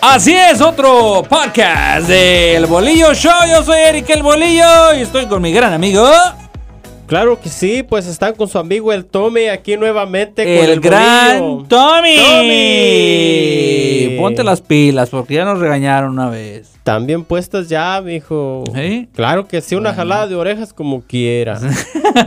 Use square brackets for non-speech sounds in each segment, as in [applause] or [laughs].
Así es, otro podcast del Bolillo Show. Yo soy Eric el Bolillo y estoy con mi gran amigo. Claro que sí, pues están con su amigo el Tommy aquí nuevamente con El, gran Bolillo. Tommy. Tommy. Ponte las pilas porque ya nos regañaron una vez. También puestas ya, mijo. ¿Sí? Claro que sí, Ah. una jalada de orejas como [laughs] quiera.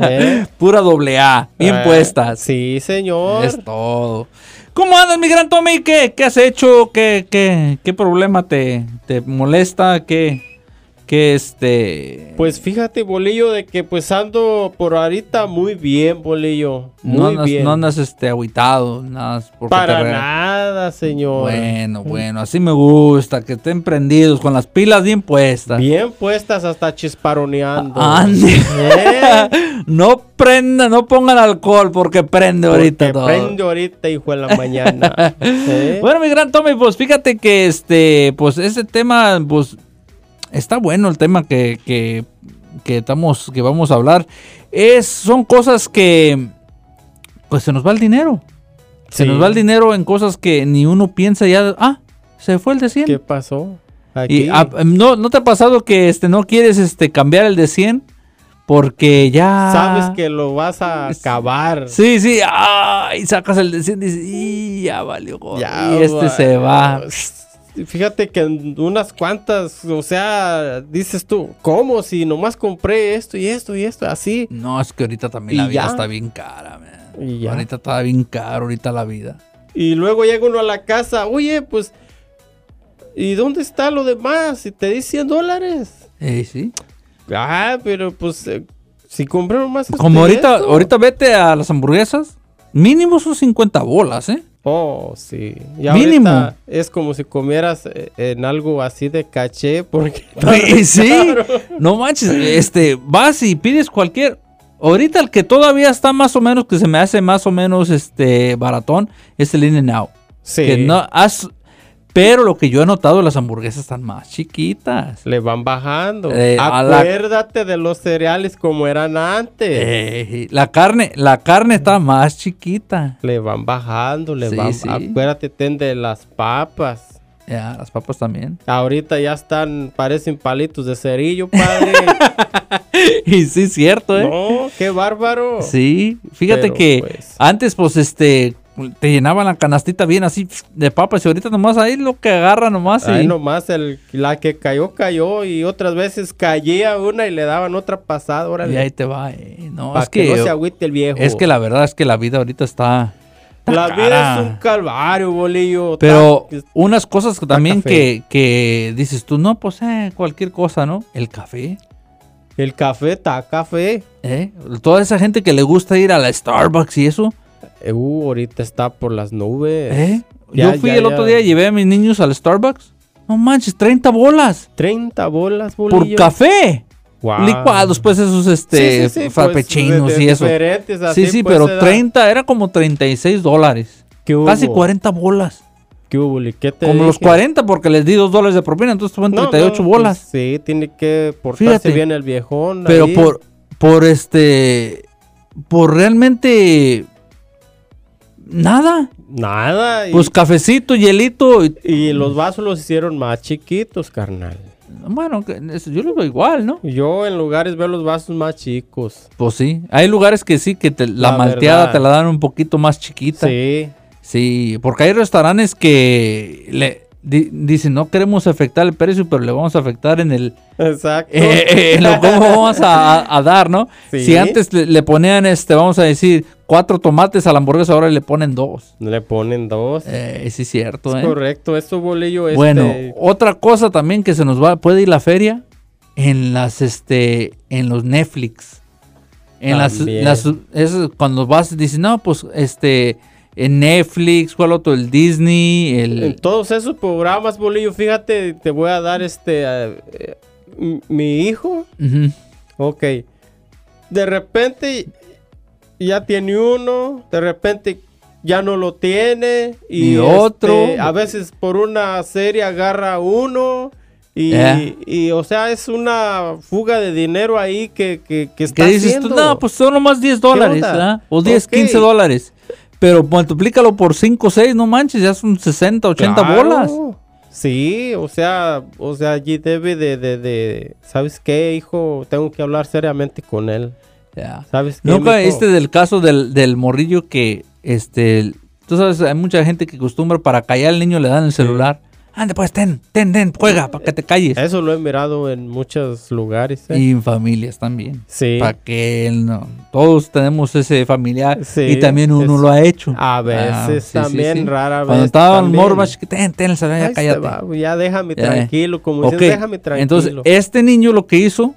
¿Eh? Pura doble A, bien Ah, puestas. Sí, señor. Es todo. ¿Cómo andas, mi gran Tommy? ¿Qué, qué has hecho? ¿Qué, qué, qué problema te, te molesta? ¿Qué, qué este... Pues fíjate, Bolillo, de que pues ando por ahorita muy bien, Bolillo. Muy no andas, bien. no andas, este, agüitado, nada más porque te Para rega- nada, señor. Bueno, bueno, así me gusta, que estén prendidos, con las pilas bien puestas. Bien puestas hasta chisparoneando. Ande. ¿Eh? no prenda, no pongan alcohol porque prende [laughs] ahorita Porque todo. prende ahorita, hijo de [laughs] la mañana. ¿Eh? Bueno, mi gran Tommy, pues fíjate que este, pues ese tema, pues está bueno el tema que, que, que estamos, que vamos a hablar. Es, son cosas que, pues se nos va el dinero. Se Sí. nos va el dinero en cosas que ni uno piensa ya, ah, se fue el de 100. ¿Qué pasó? Aquí. Y, ah, ¿no, ¿No te ha pasado que este, no quieres este, cambiar el de 100? Porque ya... Sabes que lo vas a acabar. Ah. Sí, sí, ay, sacas el de 100 y dices, "Y, ya valió. gorro". Ya, y este va- se va. Fíjate que en unas cuantas, o sea, dices tú, ¿cómo? Si nomás compré esto y esto y esto, así. No, es que ahorita también Y la vida ya. está bien cara, man. Y ya. Ahorita está bien caro, ahorita la vida. Y luego llega uno a la casa, oye, pues, ¿y dónde está lo demás? Y te di 100 dólares. Eh, sí. Ah, pero pues, eh, si compré nomás. esto y Como ahorita, esto. ahorita vete a las hamburguesas, mínimo son 50 bolas, ¿eh? Oh, sí. Y Mínimo. ahorita es como si comieras eh, en algo así de caché, porque. [laughs] Eh, sí, no manches, este, vas y pides cualquier. Ahorita el que todavía está más o menos, que se me hace más o menos este baratón, es el in out Sí. Que no has- pero lo que yo he notado, las hamburguesas están más chiquitas. Le van bajando. Eh, a la- Acuérdate de los cereales como eran antes. Eh, la carne, la carne está más chiquita. Le van bajando, le Sí, van. sí. Acuérdate ten de las papas. Ya, las papas [laughs] también. Ahorita ya están, parecen palitos de cerillo, padre. y [laughs] sí, es cierto, ¿eh? no, qué bárbaro. Sí, fíjate Pero, que pues. antes, pues, este, te llenaban la canastita bien así de papas y ahorita nomás ahí lo que agarra nomás y... Ahí nomás el, la que cayó, cayó y otras veces caía una y le daban otra pasada. Órale. Y ahí te va, eh. No, Para es que, que, no se agüite el viejo. es que la verdad es que la vida ahorita está. está La vida cara. es un calvario, bolillo. Pero Ta- unas cosas que también café. que, que dices tú, no, pues eh, cualquier cosa, ¿no? El café, El café está café. ¿eh? Toda esa gente que le gusta ir a la Starbucks y eso, Eh, uh, ahorita está por las nubes. ¿eh? Ya, Yo fui ya, el ya. otro día y llevé a mis niños al Starbucks. No manches, 30 bolas 30 bolas, bolillo. por café. Wow. Licuados, pues esos este, Sí, sí, sí, pues, frappuccinos de- de y eso. diferentes, así, Sí, sí, pues, se pero da. 30, era como 36 dólares. ¿Qué hubo? Casi 40 bolas. ¿Qué hubo, Lee? ¿Qué te Como los dije? 40 porque les di 2 dólares de propina, entonces fueron No, 38 no, bolas. pues, sí, tiene que portarse Fíjate. bien el viejón. Pero ahí. por, por este, por realmente nada. Nada. Y, Pues cafecito, hielito. y- y los vasos los hicieron más chiquitos, carnal. bueno, que es- yo lo veo igual, ¿no? Yo en lugares veo los vasos más chicos. Pues sí, hay lugares que sí, que te- la, La malteada verdad. te la dan un poquito más chiquita. Sí, Sí. porque hay restaurantes que le di- dicen, no queremos afectar el precio, pero le vamos a afectar en el, Exacto. Eh, eh, [laughs] eh, lo- ¿Cómo vamos a, a- a dar, no? Sí. Si antes le, le ponían, este, vamos a decir, cuatro tomates a la hamburguesa, ahora le ponen dos. Le ponen dos. Eh, sí, es cierto, Es ¿eh? correcto, eso bolillo este, Bueno, otra cosa también que se nos va, puede ir la feria en las, este, en los Netflix. En las, También. las es cuando vas, dices, no, pues, este, en Netflix, ¿cuál otro? El Disney, en el... todos esos programas, bolillo, fíjate, te voy a dar este eh, eh, m- mi hijo, Ujú. ok. De repente ya tiene uno, de repente ya no lo tiene y Y otro. este, a veces por una serie agarra uno. Y, Eh. y, o sea, es una fuga de dinero ahí que, que, que ¿Qué está dices tú? haciendo. No, pues son nomás 10 dólares, onda? ¿verdad? O 10, Ok. 15 dólares. Pero multiplícalo por 5, 6, no manches, ya son 60, 80 Claro. bolas. Sí, o sea, o sea, allí debe de, de, de, ¿sabes qué, hijo? Tengo que hablar seriamente con él. Ya. ¿Sabes qué? Nunca mijo? este del caso del, del morrillo que, este, tú sabes, hay mucha gente que acostumbra para callar al niño le dan el celular. Ande pues, ten, ten, ten, juega para que te calles. Eso lo he mirado en muchos lugares. ¿eh? Y en familias también. Sí. Para que él no. Todos tenemos ese familiar Sí, y también uno es- lo ha hecho. A veces Ah, sí, sí, también, sí. rara vez. Cuando estaba el también. morro, más chiquito, ten, ten, el celular, ya Ahí se cállate. va, ya déjame Ya, eh. tranquilo, como Ok, dicen, déjame tranquilo. Entonces, este niño lo que hizo,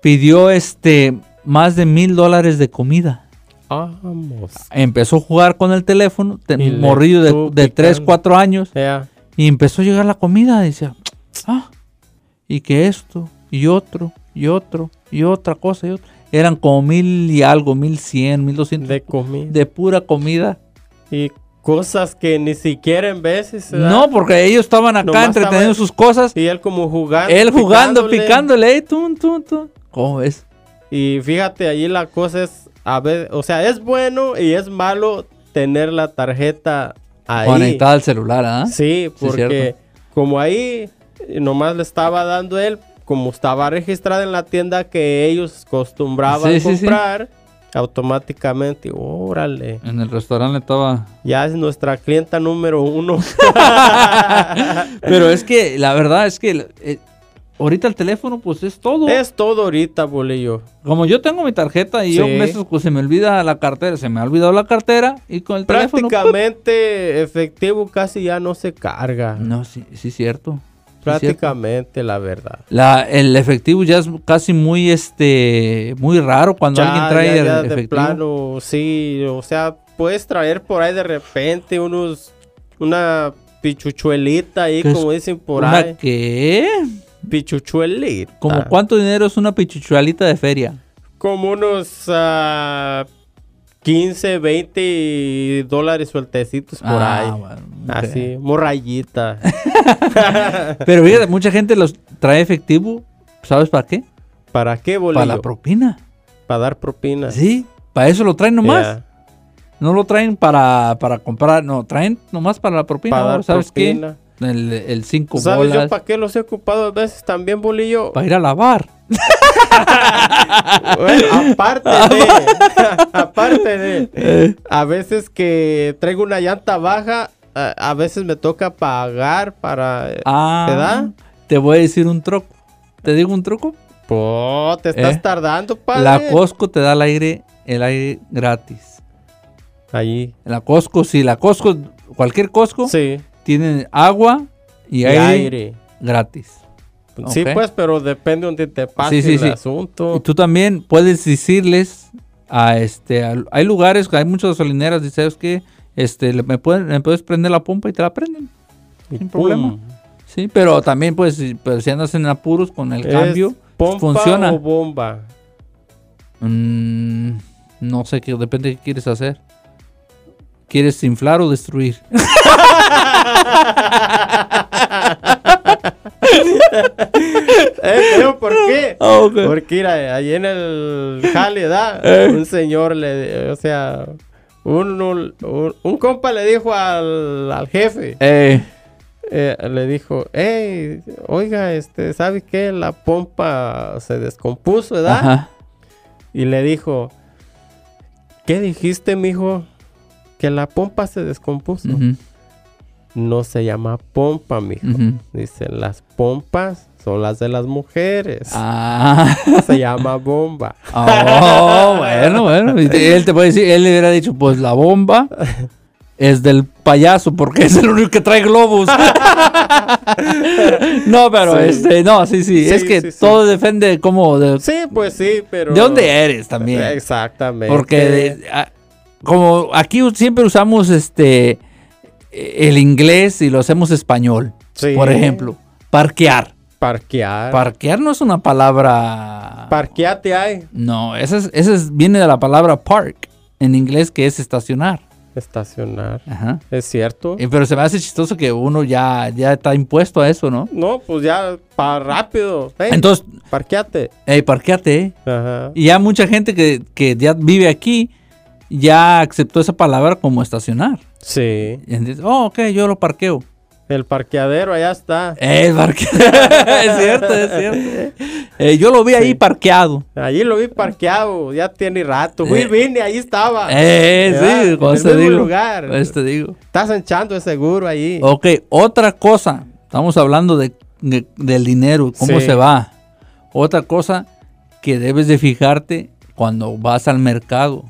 pidió este más de mil dólares de comida. Vamos. Empezó a jugar con el teléfono, te- Y le morrillo estuvo de, de 3, picando. 4 años, Ya. y empezó a llegar la comida. Decía, ah, y que esto, y otro, y otro, y otra cosa, y otra. Eran como mil y algo, mil cien, mil doscientos de comida. de pura comida. Y cosas que ni siquiera en veces. ¿verdad? No, porque ellos estaban acá Nomás entreteniendo estaba- sus cosas. Y él como jugando. Él jugando, picándole, y tum, tum, tum. ¿Cómo ves? Y fíjate, allí la cosa es, a ver, o sea, es bueno y es malo tener la tarjeta ahí. Conectada al celular, ¿ah? Sí, Sí, porque como ahí eh, nomás le estaba dando él, como estaba registrada en la tienda que ellos acostumbraban Sí, sí, sí. comprar, automáticamente, órale, En el restaurante estaba. ya es nuestra clienta número uno. [laughs] [laughs] Pero es que la verdad es que eh, ahorita el teléfono, pues es todo. es todo ahorita, bolillo. Como yo tengo mi tarjeta y yo Sí. a veces pues, se me olvida la cartera, se me ha olvidado la cartera y con el teléfono. pues? ¡pup! Prácticamente efectivo casi ya no se carga. No, sí, sí, cierto. Sí, cierto. Prácticamente, la verdad. La, el efectivo ya es casi muy este muy raro cuando Ya, alguien trae ya, ya el de efectivo. plano, sí, o sea, puedes traer por ahí de repente unos, una pichuchuelita ahí, ¿Qué es como dicen por ¿Una ahí, Ah. qué? pichuchuelita. ¿Como cuánto dinero es una pichuchualita de feria? Como unos ah, 15, 20 dólares sueltecitos por Ah, ahí. bueno, ok. Así, [laughs] morrayita. Pero fíjate, mucha gente los trae efectivo, ¿sabes para qué? ¿Para qué, bolillo? Para Para, la propina. dar propina. Sí, para eso lo traen nomás. Ah. Ya, No lo traen para, para comprar, no, traen nomás para la propina. para ¿no? dar ¿Sabes propina. qué? El, el cinco ¿Sabes yo bolas. para qué los he ocupado a veces también, bolillo? Para ir a lavar. [laughs] Bueno, aparte de, aparte Eh. de, a veces que traigo una llanta baja, a, a veces me toca pagar para... Ah, ¿Te da? Te voy a decir un truco. ¿Te digo un truco? Po, Oh, te estás Eh. tardando, padre. La Costco te da el aire, el aire gratis. Allí. La Costco, sí, la Costco, cualquier Costco, Sí. tienen agua y, Y aire, aire. gratis. Sí, Ok. pues, pero depende donde te pase Sí, sí, el sí. asunto. Y tú también puedes decirles a este, a- hay lugares, que hay muchas gasolineras, dices ¿sabes qué? Este, le- me, pueden, me puedes prender la pompa y te la prenden. Y sin pum. problema. Sí, pero también pues si, pero si andas en apuros con el ¿Es cambio, pompa funciona. [laughs] o bomba? [laughs] Mm, no sé, qué depende de qué quieres hacer. ¿Quieres inflar o destruir? [laughs] Eh, pero ¿por qué? ok. Porque mira, ahí en el jale, [laughs] ¿da? Un señor le, o sea, un, un, un compa le dijo al, al jefe, Eh, eh, le dijo, hey, oiga, este, ¿sabe qué? La pompa se descompuso, ¿verdad? ajá. Y le dijo, ¿qué dijiste, mijo? Que la pompa se descompuso. Ujú, No se llama pompa, mijo. ujú. Dice, las pompas son las de las mujeres. Ah, Se [laughs] llama bomba. oh, bueno, bueno. Y te- Él te puede decir, él le hubiera dicho, pues la bomba es del payaso porque es el único que trae globos. [laughs] no, pero Sí. este, no, sí, sí, Sí, es que sí, sí. todo depende de cómo, de, Sí, pues sí, pero... de este dónde eres también. Exactamente. Porque de- a- como aquí u- siempre usamos este e- el inglés y lo hacemos español. Sí. Por ejemplo, parquear. Parquear. Parquear no es una palabra. Parqueate ahí. no, esa es, esa es- viene de la palabra park en inglés que es estacionar. Estacionar. Ajá. ¿Es cierto? Eh, Pero se me hace chistoso que uno ya, ya está impuesto a eso, ¿no? No, pues ya, para rápido. Ey, Entonces, parqueate. eh, parqueate, eh. Ajá. Y ya mucha gente que, que ya vive aquí ya aceptó esa palabra como estacionar. Sí. Y entonces, oh, ok, yo lo parqueo. El parqueadero allá está. Eh, [laughs] parque- es cierto, es cierto. Eh, yo lo vi ahí parqueado. Allí lo vi parqueado, ya tiene rato. Fui, Eh. vine, ahí estaba. Eh, ¿Verdad? sí, por en eso el te mismo digo. lugar. por eso te digo. Estás hinchando de seguro ahí. Ok, otra cosa. Estamos hablando de, de- del dinero, cómo Sí. se va. Otra cosa que debes de fijarte cuando vas al mercado.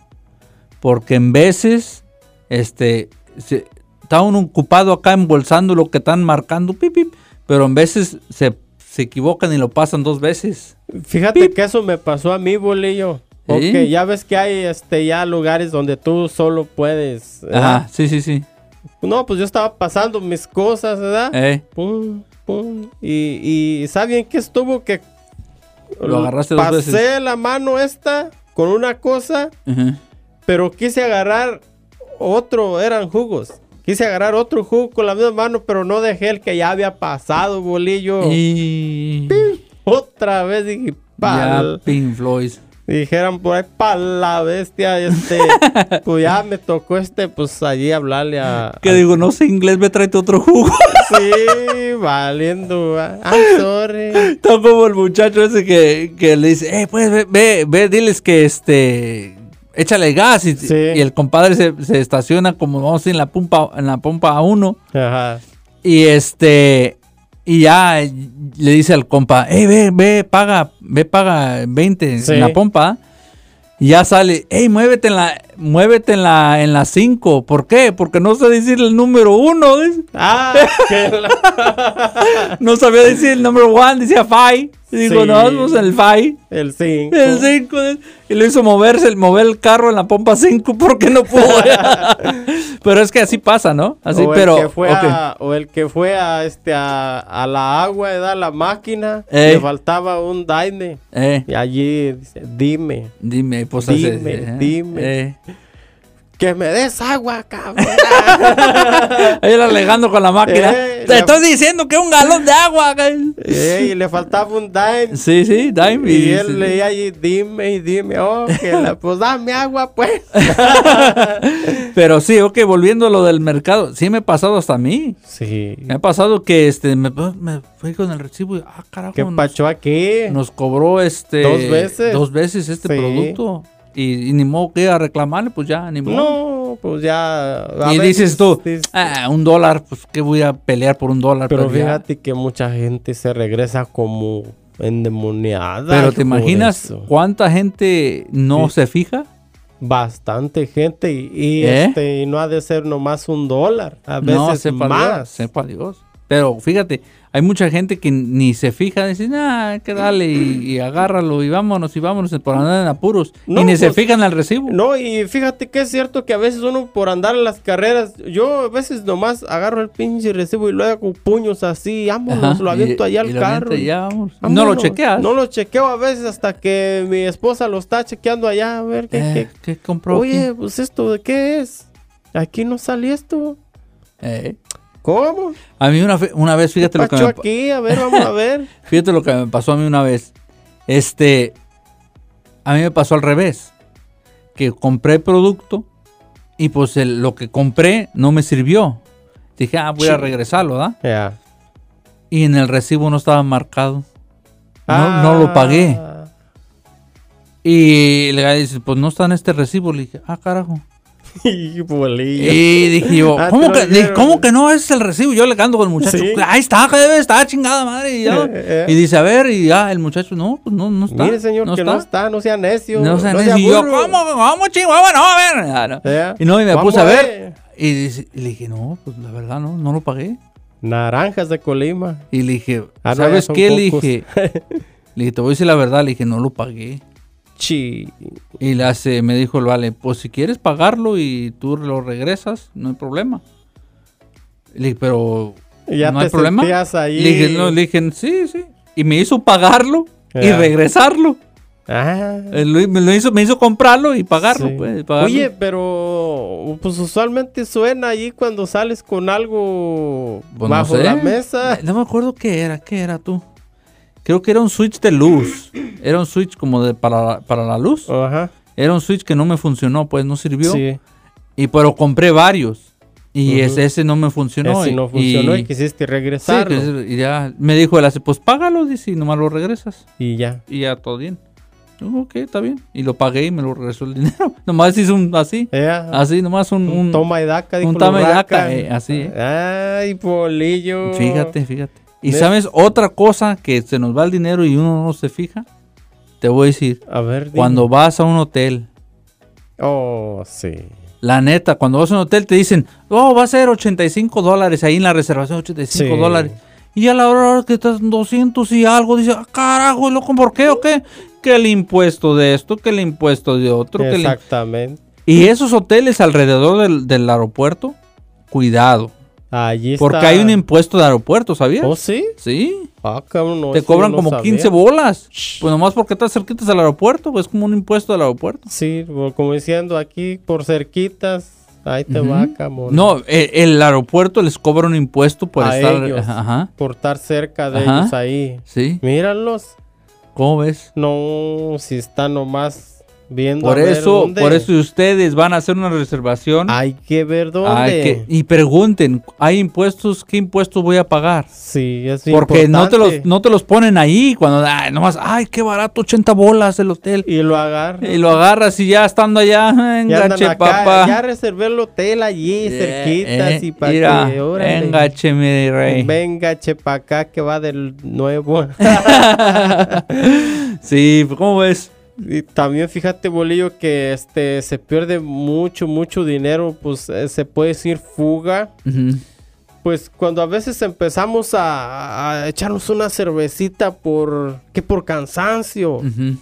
Porque en veces, este, se, está uno ocupado acá embolsando lo que están marcando, pip, pip, pero en veces se, se equivocan y lo pasan dos veces. Fíjate que eso me pasó a mí, bolillo. Porque Sí. ya ves que hay este ya lugares donde tú solo puedes. ¿verdad? Ajá, sí, sí, sí. No, pues yo estaba pasando mis cosas, ¿verdad? Eh, Pum, pum. Y, y ¿saben qué estuvo? Que Lo agarraste dos pasé veces. la mano esta con una cosa, ujú. pero quise agarrar otro, eran jugos. Quise agarrar otro jugo con la misma mano, pero no dejé el que ya había pasado, bolillo. Y... Otra vez dije, Ya, pal. Pink Floyd. Ah. Dijeran por ahí, pa' la [laughs] bestia, este. pues ya me tocó este, pues allí hablarle a. Que digo, no sé inglés, me trae otro jugo. Sí, valiendo. ah, I'm sorry. Está como el muchacho ese que, que le dice, eh, pues ve, ve, ve, diles que este, échale gas. Y, Sí. y el compadre se, se estaciona como vamos en la pompa, en la pompa a uno. Ajá. Y este, y ya eh, le dice al compa, eh, ve, ve, paga, ve, paga 20 Sí. en la pompa. Y ya sale, hey, muévete en la, muévete en la, en la 5. ¿Por qué? Porque no sé decir el número uno. dice. Ah, [laughs] que la- No sabía decir el número one, decía five. Y digo, Sí. no, vamos en el five. el 5. El 5 y lo hizo moverse, el- mover el carro en la pompa 5 porque no [laughs] pudo. pero es que así pasa, ¿no? Así, o Ah, pero El que fue ok. a, o el que fue a, este, a, a la agua, ¿verdad? La máquina. Ey. Le faltaba un dime. Eh, Y allí dice, dime. dime, pues Dime, así, eh, dime. eh. Que me des agua, [laughs] cabrón. Él alegando con la máquina. [laughs] Eh, Te la- estoy diciendo que un galón de agua. güey". Ey, y le faltaba un dime. Sí, sí, dime. Y sí, él leía allí, dime y dime, oh, que [laughs] la, pues dame agua, pues. Pero sí, ok, volviendo a lo del mercado, sí me ha pasado hasta a mí. Sí. Me ha pasado que este me, me fui con el recibo y ah, carajo, ¿Qué no pacho aquí? nos cobró este Dos veces. dos veces este Sí. producto y, y ni modo que a reclamarle pues ya ni modo No, pues ya. a y veces dices tú dices- "Ah, un dólar pues que voy a pelear por un dólar Pero Pues, ya. fíjate que mucha gente se regresa como endemoniada. pero por te imaginas eso. cuánta gente no se fija Bastante gente y, y, ¿Eh? este, y no ha de ser nomás un dólar. A veces no sepa Dios, más. sepa Dios pero fíjate hay mucha gente que ni se fija dice ah que dale y, y agárralo y vámonos y vámonos por andar en apuros No, y ni se pues, fijan al recibo No, y fíjate que es cierto que a veces uno por andar en las carreras, yo a veces nomás agarro el pinche recibo y lo hago con puños así, vámonos, Ajá, pues, lo aviento y- allá al y lo carro. avienta y allá, vámonos. Y no lo vámonos. chequeas No lo chequeo a veces hasta que mi esposa lo está chequeando allá a ver qué, Eh, qué- ¿Qué compró Oye, aquí? pues esto de qué es? Aquí no sale esto. Eh, ¿Cómo? a mí una, fe- una vez, fíjate lo, que Pacho me, aquí, a ver, vamos a ver. fíjate lo que me pasó a mí una vez. Este, a mí me pasó al revés. Que compré producto y pues el- lo que compré no me sirvió. Dije, ah, voy a Sí. regresarlo, ¿verdad? [laughs] Ya. Y en el recibo no estaba marcado. No, no lo [laughs] pagué. Ah, Y le dice, pues no está en este recibo. Le dije, ah, carajo. Y bolillo. Y dije [laughs] yo, Ah, te ¿cómo lo que, dije, dieron. ¿cómo que no es el recibo? Yo le canto con el muchacho. Sí. Ahí está, que debe estar, chingada madre. Y, ya. [laughs] Eh, eh. Y dice, a ver, y ya, el muchacho, no, pues no, no está. Mire, señor, que no está, no sea necio. No, o sea, no y yo, burro. ¿cómo, cómo, chingo? Vamos, no, a ver. Ah, no. Ya. Y no, y me Vamos puse a a ver. ver. Y, dice- y le dije, no, pues la verdad, no, no lo pagué. Naranjas de Colima. Y le dije, Ah, no, ¿sabes ya son qué? Le pocos. [laughs] dije, le dije, te voy a decir la verdad, le dije, no lo pagué. Chi. Y le hace, me dijo, el vale, pues si quieres pagarlo y tú lo regresas, no hay problema. Le dije, pero Ya no te hay problema. sentías ahí. Le dije, no, le dije, sí, sí. Y me hizo pagarlo y Ya. regresarlo. regresarlo. Ah. Eh, lo- me, lo hizo, me hizo comprarlo y pagarlo, Sí. pues, pagarlo. Oye, pero pues usualmente suena ahí cuando sales con algo Pues, no bajo sé. la mesa. No me acuerdo qué era, qué era tú. Creo que era un switch de luz. Era un switch como de para, para la luz. Ajá. Era un switch que no me funcionó, pues no sirvió. Sí. Y pero compré varios. Y Ujú. ese, ese no me funcionó. Ese y- no funcionó y, y- quisiste sí, regresarlo. que- y ya me dijo él hace, pues págalo, dice, y nomás lo regresas. Y ya. Y ya todo bien. Yo, ok, está bien. Y lo pagué y me lo regresó el [laughs] dinero. nomás hizo un así. Ea, Así, nomás un, Eh, un un- toma y daca, dijo un la toma y daca, urraca. eh, así, eh. Ay, polillo. Fíjate, fíjate. Y Neta. sabes, otra cosa que se nos va el dinero y uno no se fija, te voy a decir, A ver, dime. cuando vas a un hotel, Oh, sí. la neta, cuando vas a un hotel te dicen, oh, va a ser 85 dólares ahí en la reservación, 85 Sí. dólares. Y a la hora que estás 200 y algo, dices, ah, carajo, loco, ¿por qué o qué? Que el impuesto de esto, que el impuesto de otro, que el impuesto... Exactamente. Y esos hoteles alrededor del, del aeropuerto, cuidado. Allí está. Porque hay un impuesto de aeropuerto, ¿sabías? ¿Oh, sí? Sí. Ah, cabrón, no, te eso cobran yo no como sabía. 15 bolas. Pues nomás porque estás cerquitas al aeropuerto, pues, es como un impuesto del aeropuerto. Sí, bo- como diciendo aquí por cerquitas, ahí te va, cabrón. No, eh, el aeropuerto les cobra un impuesto por A estar. ellos. Ajá. Por estar cerca de Ajá. ellos ahí. Sí. Míralos. ¿Cómo ves? No, si están nomás viendo. Por a ver eso, dónde. por eso si ustedes van a hacer una reservación. Hay que ver dónde. hay que- y pregunten, ¿hay impuestos? ¿Qué impuestos voy a pagar? Sí, es Porque no te, los, importante. no te los ponen ahí cuando, ay, nomás, ay, qué barato, 80 bolas el hotel. Y lo agarran. Y lo agarras y ya estando allá, "Ah, Ya andan engache acá, papá. Ya reservé el hotel allí, Eh, cerquitas eh, y para mira, que. órale. engache, mi rey. Venga, chepa acá que va del [laughs] nuevo. sí, pues, ¿cómo ves? Y también fíjate, Bolillo, que este se pierde mucho, mucho dinero, pues eh, se puede decir fuga. Ujú. Pues cuando a veces empezamos a, a echarnos una cervecita por que por cansancio. Ujú.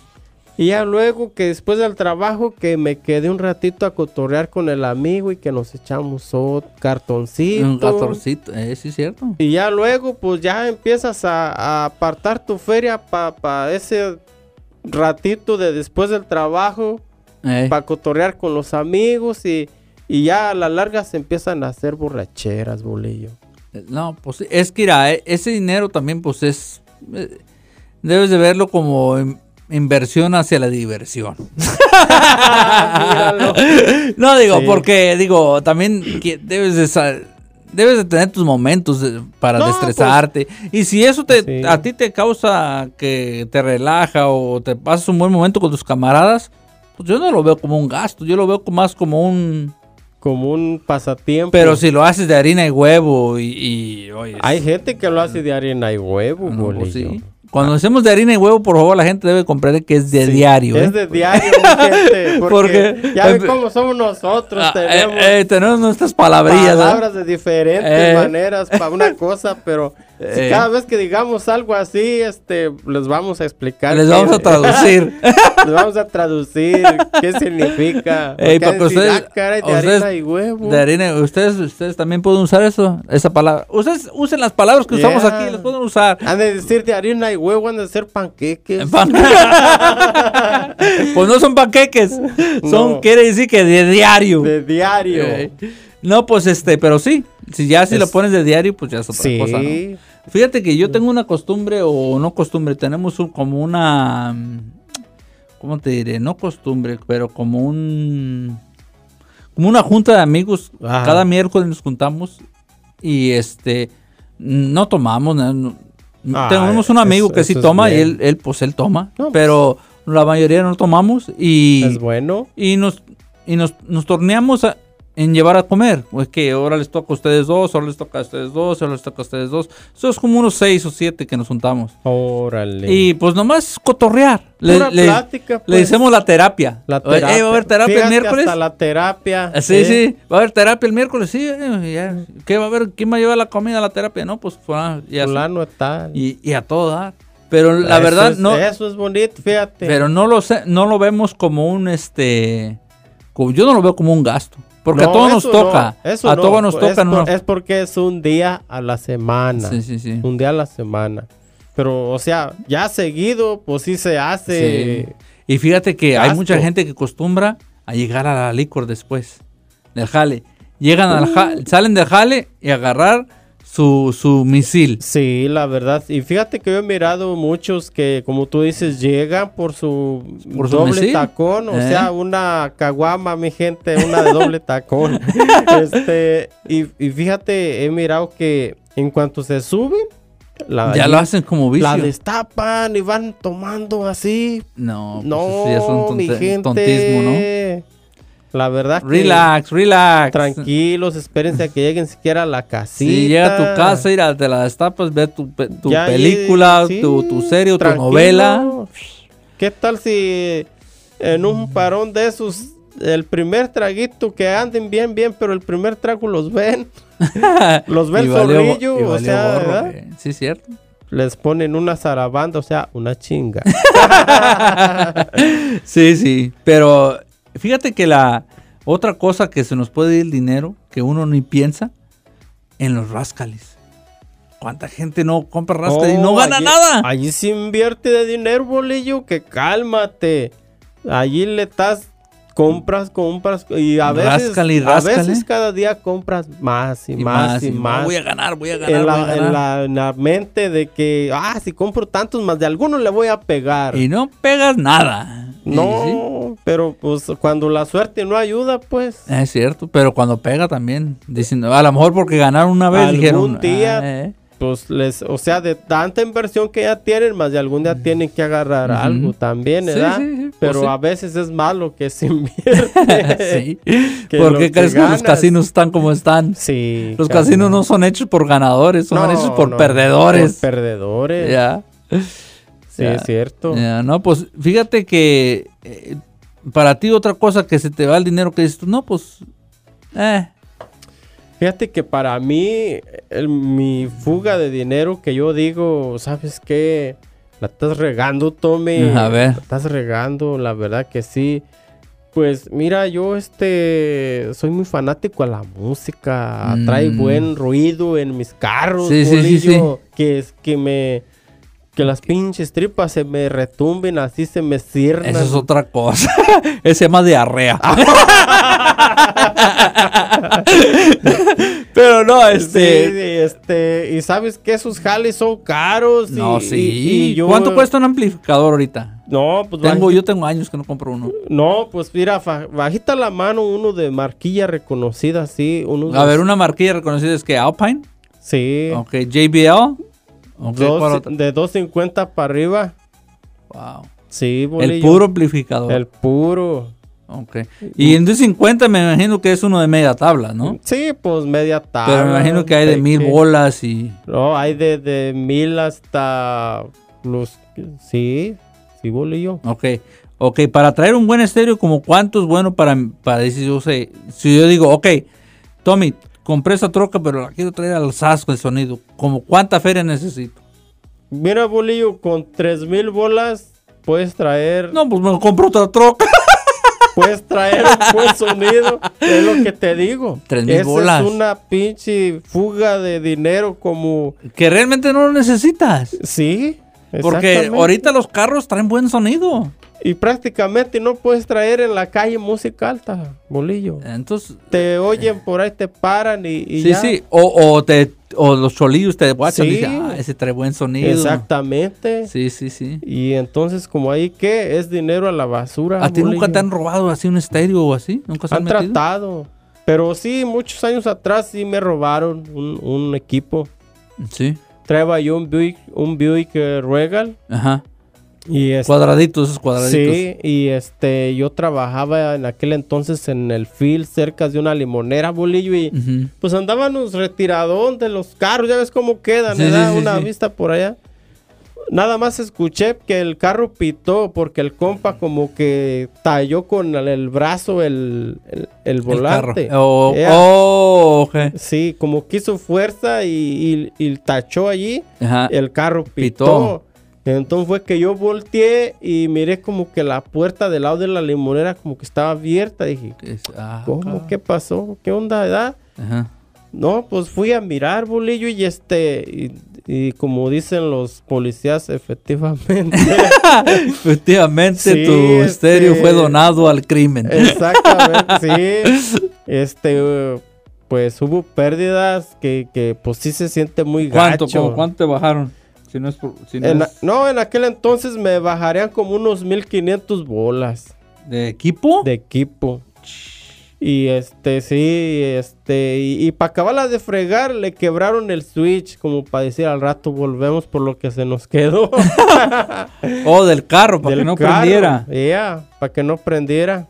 Y ya luego que después del trabajo que me quedé un ratito a cotorrear con el amigo y que nos echamos otro cartoncito. Un gatorcito, eh, sí, cierto. Y ya luego, pues ya empiezas a, a apartar tu feria para ese ratito de después del trabajo, Eh, para cotorrear con los amigos y, y ya a la larga se empiezan a hacer [laughs] borracheras, bolillo. No, pues sí, es que mira, eh, ese dinero también, pues es. eh, debes de verlo como in- inversión hacia la diversión. Míralo. No, digo, Sí. porque, digo, también que debes de sa- Debes de tener tus momentos de- para No, pues. destresarte. y si eso te, Sí. a ti te causa que te relaja o te pasas un buen momento con tus camaradas, pues yo no lo veo como un gasto. Yo lo veo como- más como un... Como un pasatiempo. Pero si lo haces de harina y huevo y... y, oye, Hay gente que lo hace de arena y huevo, no, pues bolillo. sí. Cuando hacemos de harina y huevo, por favor, la gente debe comprender que es de Sí, diario. ¿eh? Es de diario, [laughs] gente. Porque, Porque- ya ven eh, cómo somos nosotros. Ah, eh, tenemos eh, tenemos nuestras palabrillas. ¿eh? palabras de diferentes Eh. maneras para una cosa, pero si Eh. cada vez que digamos algo así, este, les vamos a explicar. Les qué- vamos a traducir. [laughs] les vamos a traducir qué significa. [laughs] Ey, para que Porque decir, ustedes- "Ah, caray, de ustedes- harina y huevo. De harina, ustedes, ustedes también pueden usar eso, esa palabra. Ustedes usen las palabras que usamos Yeah. aquí, las pueden usar. Han de decir de harina y huevo, han de ser panqueques. Pan- [laughs] pues no son panqueques, son, No. quiere decir que de diario. de diario. Eh, no, pues este, pero sí, si ya si Es- lo pones de diario, pues ya es otra sí. cosa. ¿no? Fíjate que yo tengo una costumbre o no costumbre, tenemos un- como una, mm, ¿cómo te diré? No costumbre, pero como un, como una junta de amigos. Ajá. Cada miércoles nos juntamos y este, no tomamos. no- no- Ah, tenemos un amigo eso- que sí eso es toma y bien. él, él, pues él toma, No, pues. pero la mayoría no tomamos y Es bueno. y nos, y nos, nos torneamos a- en llevar a comer. Pues que ahora les toca a ustedes dos, ahora les toca a ustedes dos, ahora les toca a ustedes dos. Eso es como unos seis o siete que nos juntamos. Órale. Y pues nomás cotorrear. Le, Pura le- plática, le pues. hicimos la terapia. La Eh, eh, ¿Va a haber terapia Fíjate, el miércoles? Hasta la terapia. Ah, Sí, ¿eh? sí, va a haber terapia el miércoles, sí. eh, ya. ¿Qué va a haber? ¿Quién va a llevar la comida a la terapia? No, pues fulano, y así. Fulano está. Y, y a todo dar. Pero la Eso verdad, es- no, Eso es bonito, fíjate. Pero no lo sé, no lo vemos como un este como- yo no lo veo como un gasto. Porque No, a todos nos eso toca. no, eso a no. todos nos Es tocan por- unos- Es porque es un día a la semana. Sí, sí, sí. Un día a la semana. Pero, o sea, ya seguido, pues sí se hace. Sí. Y fíjate que hay gasto. mucha gente que acostumbra a llegar a Uh. la licor después del jale. Llegan al jale, salen del jale y agarrar su, su misil. Sí, la verdad. Y fíjate que yo he mirado muchos que, como tú dices, llegan por su, Por su doble misil. tacón. O Eh. sea, una caguama, mi gente, una de doble [laughs] tacón. este, y, y fíjate, he mirado que en cuanto se suben, la, Ya lo hacen como vicio. la destapan y van tomando así. No, pues No, eso ya son mi tonte- gente. tontismo, ¿no? La verdad que Relax, relax. tranquilos, espérense a que lleguen siquiera a la casita. Si llega a tu casa, ir a te la destapas, ve tu, pe- tu Ya, y- película, sí, tu, tu serie, o tu tranquilo. novela. ¿Qué tal si en un parón de esos, el primer traguito que anden bien, bien, pero el primer trago los ven, [laughs] los ve Y el valió- zorrillo, y o valió sea, gorro, ¿verdad? güey. Sí, cierto. les ponen una zarabanda, o sea, una [laughs] chinga. Sí, sí. Pero fíjate que la otra cosa que se nos puede ir el dinero, que uno ni piensa, en los rascales. ¿Cuánta gente no compra rascales y no Oh, gana allí- nada? Allí se invierte de dinero, bolillo, que cálmate. Allí le estás, compras, compras, y a veces, Ráscale y a ráscale. veces cada día compras más y, Y más, y no, más. Voy a ganar, voy a ganar. en, voy a la, en ganar. la- en la mente de que, ah, si compro tantos más, de alguno le voy a pegar. Y no pegas nada. Y sí, no, pero pues cuando la suerte no ayuda, pues. es cierto, pero cuando pega también. Dicen, a lo mejor porque ganaron una vez, Algún dijeron. día- "Ah, [laughs] eh". [laughs] Pues les, o sea, de tanta inversión que ya tienen, más de algún día tienen que agarrar Ujú. algo también, Sí, ¿verdad? sí, sí, pues Pero sí. a veces es malo que se invierte. [laughs] Sí. que ¿Por lo qué que crees que los ganas. casinos están como están? Sí, Los cabrón. casinos no son hechos por ganadores, son No, hechos por no, perdedores. Por perdedores. Ya, Sí, ya, es cierto. ya, no, pues fíjate que eh, para ti otra cosa que se te va el dinero que dices tú, no, pues, eh, Fíjate que para mí, el- mi fuga de dinero que yo digo, ¿sabes qué? La estás regando, Tommy. [laughs] A ver. La estás regando, la verdad que sí. Pues mira, yo este soy muy fanático a la música. Mm. Trae buen ruido en mis carros, Sí, sí, sí, bolillo, Que es que me que las pinches tripas se me retumben, así se me cierran. eso es otra cosa. [laughs] Ese se llama diarrea. Ah. [laughs] Pero no, [laughs] Sí, este... sí, este, y sabes que esos jales son caros. y- no, y- sí. y yo- ¿Cuánto cuesta un amplificador ahorita? No, pues Tengo, baji- yo tengo años que no compro uno. No, pues mira, fa- bajita la mano uno de marquilla reconocida, sí. Uno A ver, una marquilla reconocida es que Alpine, Sí. ok, JBL, ok, dos- ¿cuál otra? de 250 para arriba. Wow. Sí, bolillo. El puro amplificador. El puro. Ok. Y en 250 me imagino que es uno de media tabla, ¿no? Sí, pues media tabla. Pero me imagino que hay de mil que- bolas y... No, hay de, de mil hasta los... Sí, sí, bolillo. Ok. Ok, para traer un buen estéreo, como cuánto es bueno para, para decir, yo sé, si yo digo, ok, Tommy, compré esa troca, pero la quiero traer al sasco el sonido, como cuánta feria necesito. Mira, bolillo, con tres mil bolas puedes traer... No, pues me compro otra troca. Puedes traer [laughs] un buen sonido. Es lo que te digo. Tres mil Esa bolas. Es una pinche fuga de dinero como... [laughs] Que realmente no lo necesitas. Sí. Porque exactamente. ahorita los carros traen buen sonido. Y prácticamente no puedes traer en la calle música alta, bolillo. Entonces, Te oyen por ahí, te paran y, y Eh. sí, ya. sí. O, o te, o los cholillos te guachan y Sí. dicen, ah, ese trae buen sonido. Exactamente. Sí, sí, sí. Y entonces como ahí, ¿qué? Es dinero a la basura. ¿A ti nunca bolillo. te han robado así un estéreo o así? ¿Nunca se han, Han metido? tratado. Pero sí, muchos años atrás sí me robaron un, un equipo. Sí. Traía yo un Buick, un Buick eh, Regal. Ajá. Y este, Cuadraditos, esos cuadraditos. Sí, y este, yo trabajaba en aquel entonces en el field cerca de una limonera, bolillo, y Ujú. pues andábamos retiradón de los carros, ya ves cómo quedan, Sí, ¿verdad? sí, sí, una sí. vista por allá. Nada más escuché que el carro pitó porque el compa como que talló con el, el brazo el, el, el El volante. Eh, ah. carro. Oh, Yeah. oh, ok. Sí, como que hizo fuerza y, y- y tachó allí Ajá. el carro pitó. Ah, Pitó. Entonces fue que yo volteé y miré como que la puerta del lado de la limonera como que estaba abierta. Dije, Es- ah, ¿cómo? acá. ¿Qué pasó? ¿Qué onda, edad? Ajá. No, pues fui a mirar, bolillo, y este... Y, y como dicen los policías, efectivamente. [laughs] Efectivamente, Sí, tu estéreo este- fue donado al crimen. Exactamente, sí. Este... eh, pues hubo pérdidas que, que pues sí se siente muy ¿Cuánto, gacho. como cuánto te bajaron? Si no es por- si no En a- es- no, en aquel entonces me bajarían como unos 1500 bolas ¿De equipo? de equipo. Y este, sí, este, y, para acabarla de fregar, le quebraron el switch, como para decir al rato volvemos por lo que se [laughs] nos quedó. O del carro, para que del no carro. prendiera. Yeah, para que no prendiera.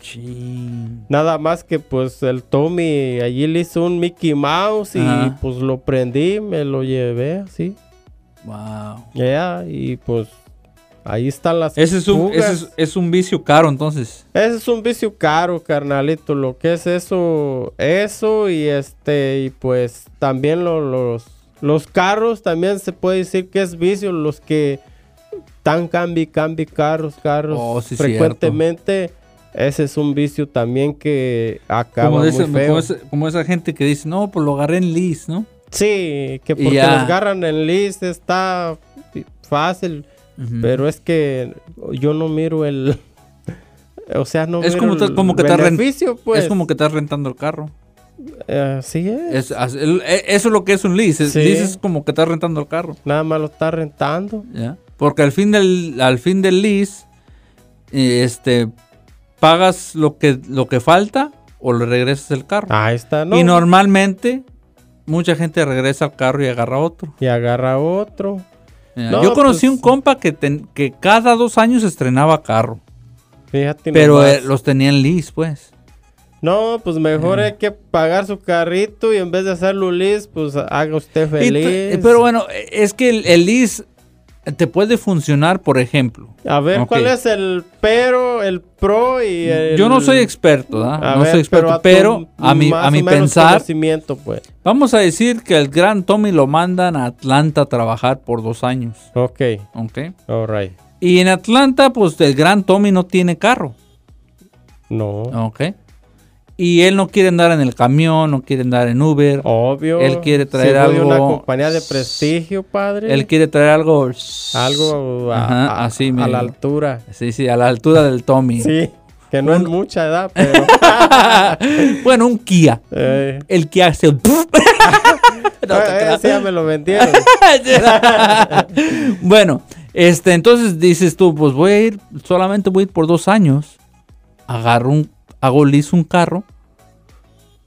Chin. Nada más que pues el Tommy allí le hizo un Mickey Mouse y Ajá. pues lo prendí, me lo llevé así. Wow. Ya, y pues ahí están las Ese es un, fugas. ese es, es un vicio caro, entonces. Ese es un vicio caro, carnalito. Lo que es eso, eso y este, y pues también lo- los, los carros también se puede decir que es vicio. Los que tan cambi, cambi carros, carros Oh, sí, frecuentemente. Ese es un vicio también que acaba Como, muy ese- feo. como ese- como esa gente que dice, no, pues lo agarré en Liz, ¿no? Sí, que porque ya. los agarran en list está fácil, Ujú. pero es que yo no miro el, [laughs] o sea, no Es miro como te- el como que te arren- beneficio, pues. Es como que estás rentando el carro. Eh, Así es. Es- as- el- e- eso es lo que es un lease. es- Sí. Lease es como que estás rentando el carro. Nada más lo está rentando. ¿ya? Porque al fin del, al fin del lease, eh, este, pagas lo que, lo que falta o le regresas el carro. Ahí está, ¿no? Y normalmente, mucha gente regresa al carro y agarra otro. Y agarra otro. ¿ya? No, Yo conocí pues- un compa que, ten- que cada dos años estrenaba carro. Fíjate Pero nomás. eh, los tenía en lease, pues. No, pues mejor hay que pagar su carrito y en vez de hacerlo lis, pues haga usted Y t- feliz. Pero bueno, eh, es que el, el lease te puede funcionar, por ejemplo. A ver, Ok. ¿cuál es el pero, el pro y el... Yo no soy experto, ¿verdad? A No ver, soy experto, tu pero, a mi, más a o mi menos pensar, conocimiento, pues. vamos a decir que el gran Tommy lo mandan a Atlanta a trabajar por dos años, Ok, ¿ok? alright. Y en Atlanta, pues el gran Tommy no tiene carro, No, ¿ok? Y él no quiere andar en el camión, no quiere andar en Uber, Oh. obvio. Él quiere traer voy a una algo- compañía de prestigio, padre. él quiere traer algo... Algo a, Ajá, a- así, a mira. la altura. Sí, sí, a la altura del Tommy. Sí, que no es mucha edad, pero... [laughs] bueno, un Kia. eh, El Kia hace... [laughs] No, [laughs] te eh, creas. ese ya me lo vendieron. [laughs] bueno, este, entonces dices tú, pues voy a ir, solamente voy a ir por dos años. Agarro un, hago lease un carro.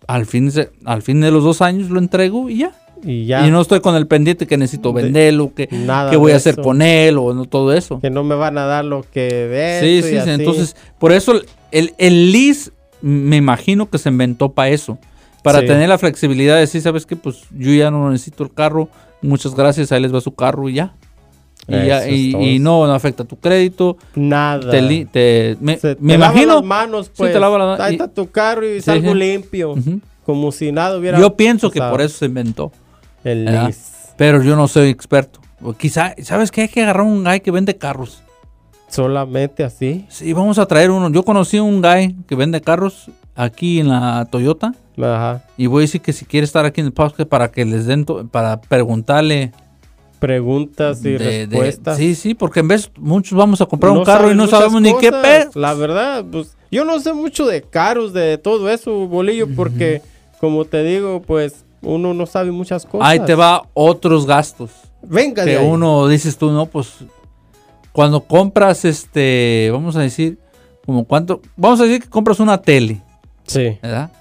Al fin, se- al fin de los dos años lo entrego y ya. Y ya, Y no estoy con el pendiente que necesito De- venderlo, que, nada que voy de a hacer eso. con él o no todo eso. que no me van a dar lo que de Sí, esto y sí, sí. así. Entonces, por eso el, el lease me imagino que se inventó para eso. Para Sí. tener la flexibilidad de decir, ¿sabes qué? Pues yo ya no necesito el carro. Muchas gracias, ahí les va su carro y ya. Y, ya, Eso es y, todo. y no, no afecta tu crédito. Nada. Te, li- te- me Se- me te lava imagino. las manos, Sí, pues. te lava las- Ahí y- está tu carro y Sí, salgo sí. limpio. Ujú. Como si nada hubiera Yo Ah. pienso que pasado. por eso se inventó. El ¿verdad? lis. Pero yo no soy experto. O quizá, ¿sabes qué? Hay que agarrar un guy que vende carros. Solamente así. Sí, vamos a traer uno. Yo conocí a un guy que vende carros aquí en la Toyota. Ajá. Y voy a decir que si quiere estar aquí en el podcast para que les den, to- para preguntarle. Preguntas y de- de- respuestas. sí, sí, porque en vez muchos vamos a comprar un carro sabes y no muchas sabemos ni qué cosas. pedo. La verdad, pues yo no sé mucho de carros, de todo eso, bolillo, porque como te digo, pues uno no sabe muchas cosas. Ahí te va otros gastos. Venga, de Que ahí. uno dices tú, no, pues cuando compras este, vamos a decir, como cuánto, vamos a decir que compras una tele, Sí. ¿verdad?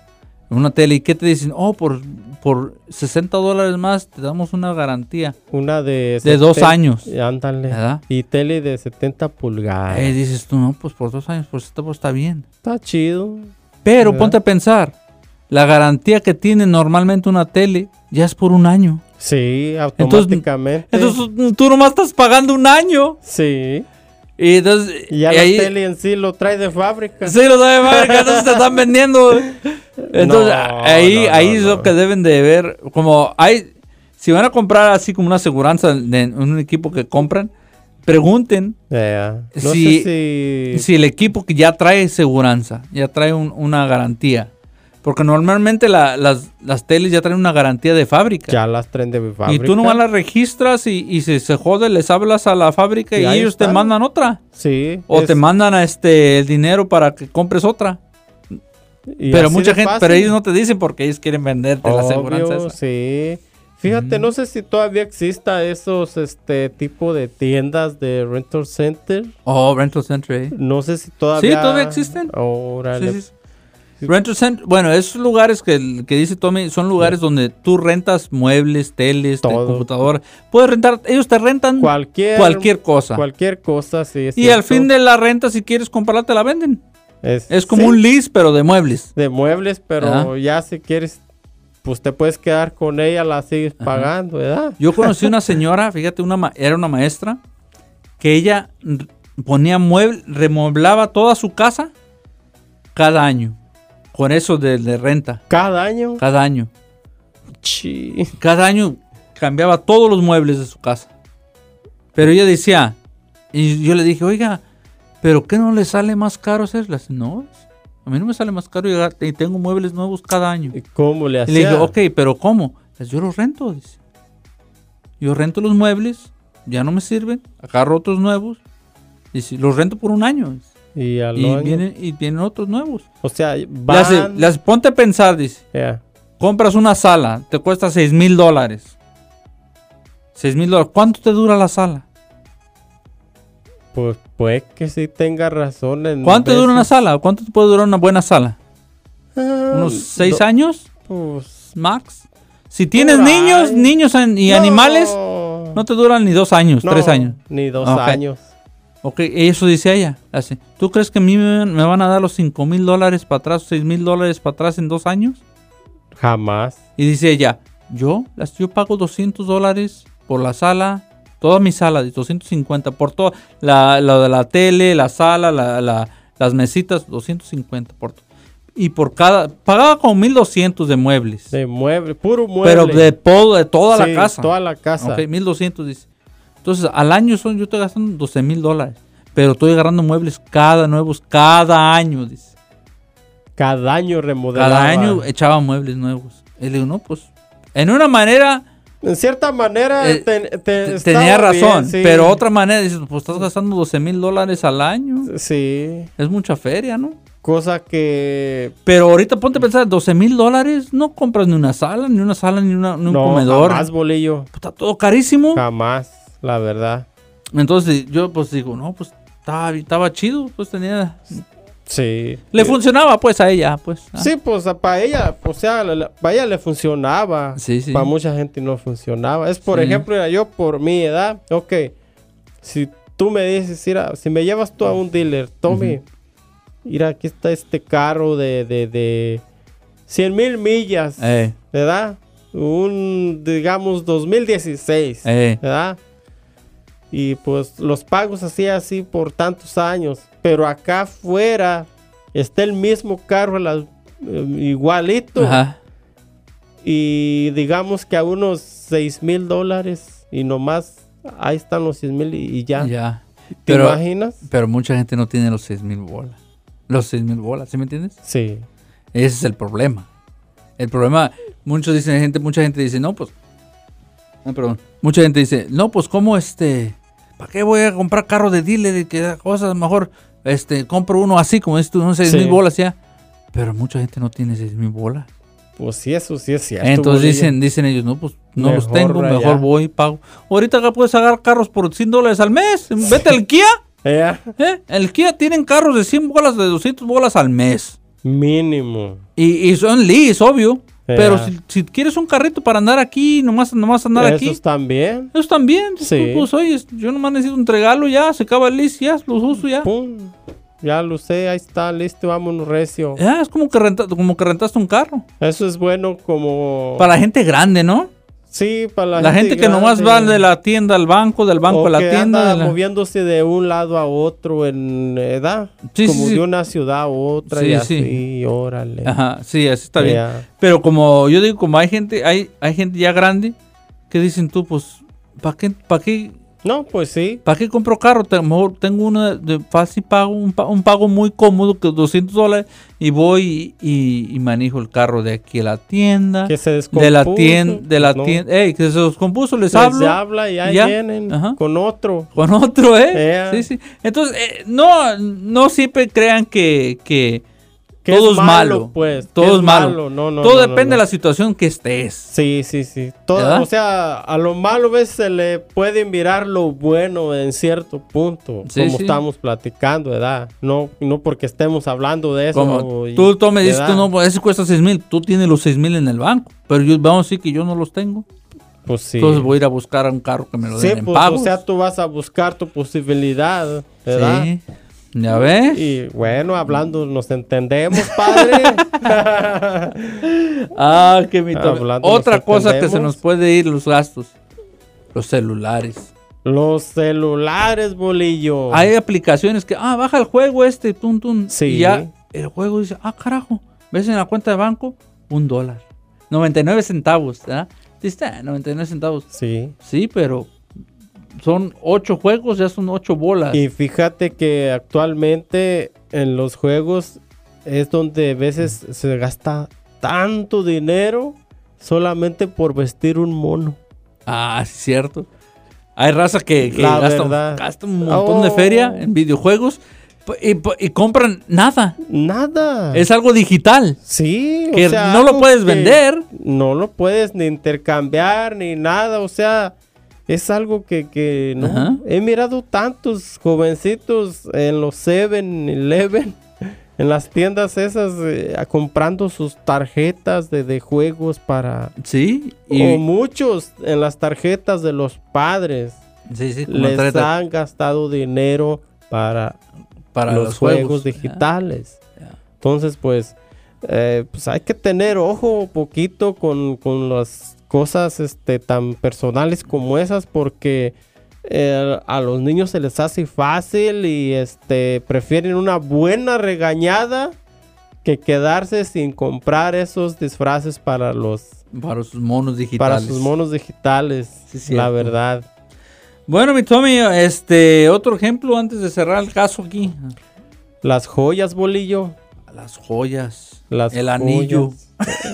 Una tele y qué te dicen, oh, por, por 60 dólares más te damos una garantía Una de. de dos 70 años. Ándale. ¿Verdad? Y tele de 70 pulgadas. Eh, dices tú, no, pues por dos años, por esto pues, está bien. Está chido. Pero ¿Verdad? ponte a pensar, la garantía que tiene normalmente una tele ya es por un año. Sí, Entonces- automáticamente. Entonces tú nomás estás pagando un año. sí. Y entonces... Y ya y la ahí- tele en sí lo trae de fábrica. Sí, lo sabe madre, que entonces te están vendiendo. [laughs] Entonces No, ahí, no, no, ahí es no. lo que deben de ver. Como hay... Si van a comprar así como una aseguranza de un equipo que compran, pregunten Ya. No Sí. sé si. si el equipo que ya trae seguranza, ya trae un- una garantía. Porque normalmente la- las, las teles ya traen una garantía de fábrica. Ya las traen de fábrica. Y tú nomás las registras y, y si se jode, les hablas a la fábrica Y y, ahí ellos te están. mandan otra. Sí. O es- te mandan este, el dinero para que compres otra. Y pero así mucha de gente, fácil. pero ellos no te dicen porque ellos quieren venderte la aseguranza. Obvio, esa. sí. Fíjate, Mm. no sé si todavía exista esos este tipo de tiendas de rental center. Oh, Rental Center. eh. No sé si todavía todavía existen. Órale. Sí, sí, sí. Rental Center, bueno, esos lugares que, que dice Tommy son lugares donde tú rentas muebles, teles, te- Todo. computadora. Puedes rentar, ellos te rentan cualquier, Cualquier cosa. cualquier cosa, sí. es y al cierto. fin de la renta, si quieres comprarla, te la venden. Es como sí, un lease, pero de muebles. de muebles, pero Ajá. ya si quieres pues te puedes quedar con ella, la sigues Ajá. pagando, ¿verdad? Yo conocí una señora, fíjate, una ma- era una maestra, que ella r- ponía mueble, remoblaba toda su casa cada año. Con eso de, de renta, Cada año. cada año. Ah, Chi. Cada año cambiaba todos los muebles de su casa. Pero ella decía, y yo le dije, oiga, ¿pero qué no le sale más caro hacerlas? No, a mí no me sale más caro llegar- y tengo muebles nuevos cada año. ¿Y ¿Cómo le Y hacía? le dije, ok, pero ¿cómo? Pues yo los rento, dice. Yo rento los muebles, ya no me sirven, agarro otros nuevos, dice, los rento por un año. dice. Y al Y año- vienen, y vienen otros nuevos. o sea, Le hace- van- le hace, ponte a pensar, dice, Ya. compras una sala, te cuesta 6 mil dólares. 6 mil dólares, ¿cuánto te dura la sala? Pues, pues que sí tenga razón. En ¿Cuánto dura una veces. sala? ¿Cuánto te puede durar una buena sala? Ah, ¿Unos no, 6 años, Pues, max? Si tienes Por ahí. niños, niños an- y no, animales, no te duran ni dos años, no, tres años. Ni dos Ok. años. Ok, eso dice ella. Así, ¿Tú crees que a mí me, van- me van a dar los 5 mil dólares para atrás, 6 mil dólares para atrás en dos años? Jamás. Y dice ella, yo, las, yo pago 200 dólares por la sala, toda mi sala, 250 por toda la, la de la tele, la sala, la- la- las mesitas, 250 por todo. Y por cada, pagaba como 1200 de muebles. De mueble, puro mueble. pero de, todo- de toda Sí, la casa. Toda la casa. Ok, 1200 dice. Entonces, al año son, yo estoy gastando 12 mil dólares. Pero estoy agarrando muebles cada nuevos, cada año, dice. Cada año remodelaba. Cada año eh, echaba muebles nuevos. Y le digo, no, pues. En una manera En cierta manera Eh, te- te- te- estaba tenía bien, razón. sí. Pero otra manera, dices, pues estás gastando 12 mil dólares al año. Sí. Es mucha feria, ¿no? Cosa que. Pero ahorita ponte a pensar, 12 mil dólares, no compras ni una sala, ni una sala, ni, una- ni un no, comedor. Pues, jamás, bolillo. Está todo carísimo. Jamás, la verdad. Entonces yo pues digo, no, pues estaba, estaba chido, pues tenía Sí. Le funcionaba pues a ella, pues. Ah. Sí, pues para ella, o sea, la- la- para ella le funcionaba. Sí, sí. Para mucha gente no funcionaba. Es por Sí. ejemplo, mira, yo por mi edad, ok, si tú me dices, mira, si me llevas tú a un dealer, Tommy, Ujú. mira, aquí está este carro de, de, de 100 mil millas, Eh, ¿verdad? Un, digamos, 2016, eh. ¿verdad? Y pues los pagos así, así por tantos años. Pero acá afuera está el mismo carro, la- eh, igualito Ajá. y digamos que a unos 6 mil dólares y nomás ahí están los 6 mil y, y ya. Ya. ¿Te Pero, imaginas? pero mucha gente no tiene los 6 mil bolas. Los 6 mil bolas, ¿sí me entiendes? Sí. Ese es el problema. El problema, muchos dicen, gente, mucha gente dice, no, pues. Ah, perdón. Mucha gente dice, no, pues, ¿cómo este? ¿Para qué voy a comprar carro de dealer y que da cosas? Mejor, este, compro uno así, como dices tú, unos 6 mil Sí. bolas ya. Pero mucha gente no tiene 6 mil bolas. Pues sí, eso sí es cierto. Entonces bolillo. dicen, dicen ellos, no, pues no los Mejor tengo, allá. mejor voy y pago. Ahorita acá puedes agarrar carros por 100 dólares al mes. Vete al Kia. Eh, ¿eh? El Kia tienen carros de 100 bolas, de 200 bolas al mes. mínimo. Y, y son lease, obvio. Ya. Pero si, si quieres un carrito para andar aquí, nomás, nomás andar Esos aquí. también. Ellos también. Tú, Sí. Pues oye, yo nomás necesito entregarlo ya, se acaba el lease, ya, los uso ya. Pum. Ya lo sé, ahí está, listo, vámonos recio. Ya, es como que, renta- como que rentaste un carro. Eso es bueno como... Para la gente grande, ¿no? Sí, para La, la, gente, que nomás va grande. de la tienda al banco, del banco O a la que tienda. anda de la- moviéndose de un lado a otro en edad. Sí, como sí, sí. de una ciudad a otra Sí, y sí. así. Órale. Ajá, sí, así está bien. Ya. Pero como yo digo, como hay gente, hay, hay gente ya grande que dicen tú, pues, ¿para qué, para qué, No, pues sí. para qué compro carro? Te- mejor tengo uno de de fácil pago, un, pa- un pago muy cómodo, que 200 dólares, y voy y, y manejo el carro de aquí a la tienda. Que se descompuso. pues De la tienda, de la No. tienda, ey, que se descompuso, les, Les hablo habla y ahí ya. vienen Ajá. con otro. con otro, ¿eh? Ea. Sí, sí. Entonces, eh, no, no siempre crean que, que, ¿Qué es todo es malo, pues? ¿Qué todo es malo. No, no, todo no, no, depende no. de la situación que estés. Sí, sí, sí. Todo- ¿Verdad? o sea, a lo malo ves se le puede mirar lo bueno en cierto punto, Sí, como sí. estamos platicando, ¿verdad? No, no porque estemos hablando de eso. Como y- tú, tú me dices, ¿verdad? tú no, pues, ese cuesta 6 mil, tú tienes los 6 mil en el banco, pero yo, vamos a decir que yo no los tengo. Pues sí. Entonces voy a ir a buscar a un carro que me lo Sí, den en pues, pago. o sea, tú vas a buscar tu posibilidad, ¿verdad? Sí. Ya ves. Y bueno, hablando, nos entendemos, [laughs] padre. [laughs] Ah, qué mito. Hablando, Otra nos cosa que se nos entendemos. puede ir los gastos. Los celulares. Los celulares, bolillo. Hay aplicaciones que, ah, baja el juego este, tun, tun. Oh. Sí. Y ya el juego dice, ah, carajo, ves en la cuenta de banco, un dólar. 99 centavos, ¿verdad? Dices, "Ah, 99 centavos. Sí. Sí, pero son 8 juegos, ya son 8 bolas. Y fíjate que actualmente en los juegos es donde a veces se gasta tanto dinero solamente por vestir un mono. Ah, sí, cierto. Hay raza que, que La gasta, verdad. gasta un montón de Oh. feria en videojuegos p- y, p- y compran nada. Nada. Es algo digital. sí, o que sea, no lo algo puedes que vender. No lo puedes ni intercambiar ni nada, o sea, es algo que, que no. Ajá. He mirado tantos jovencitos en los 7-Eleven, en las tiendas esas, eh, comprando sus tarjetas de, de juegos para Sí, y o muchos en las tarjetas de los padres sí, sí, como les tarjeta han gastado dinero para, para los, juegos, digitales digitales. Ya. Entonces, pues, eh, pues hay que tener ojo poquito con, con las cosas este, tan personales como esas porque eh, a los niños se les hace fácil y este, prefieren una buena regañada que quedarse sin comprar esos disfraces para los Ah, Para sus monos para digitales. sus monos digitales, Sí, la cierto. verdad. Bueno, mi Tommy, este, otro ejemplo antes de cerrar el caso aquí. Las joyas, bolillo. Las joyas. Las el anillo. joyas. [laughs]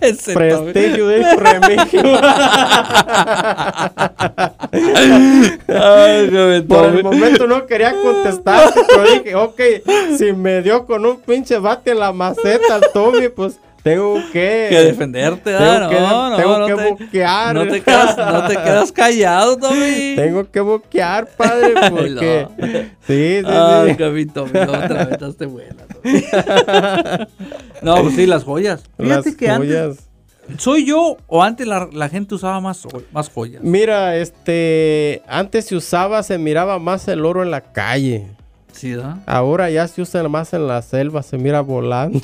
Ese Tommy. Prestigio de [laughs] Remigio. Ay, no, mi Por el Tommy. momento no quería contestarte, pero dije, ok, si me dio con un pinche bate en la maceta al Tommy, pues tengo que... que defenderte, Tengo ah, no, que, no, tengo no que te- boquear. No te quedas, [laughs] no te quedas callado, [laughs] Tommy. Tengo que boquear, [laughs] padre, porque... No. Sí, sí, Ah, sí. Gaby, Tommy, otra vez estás de buena, Tommy. [laughs] No, pues sí, las joyas. Las Fíjate que antes, joyas. ¿soy yo o antes la, la gente usaba más, jo- más joyas? Mira, este, antes se usaba, se miraba más el oro en la calle. Sí, ¿verdad? Ahora ya se usa más en la selva, se mira [laughs] volando.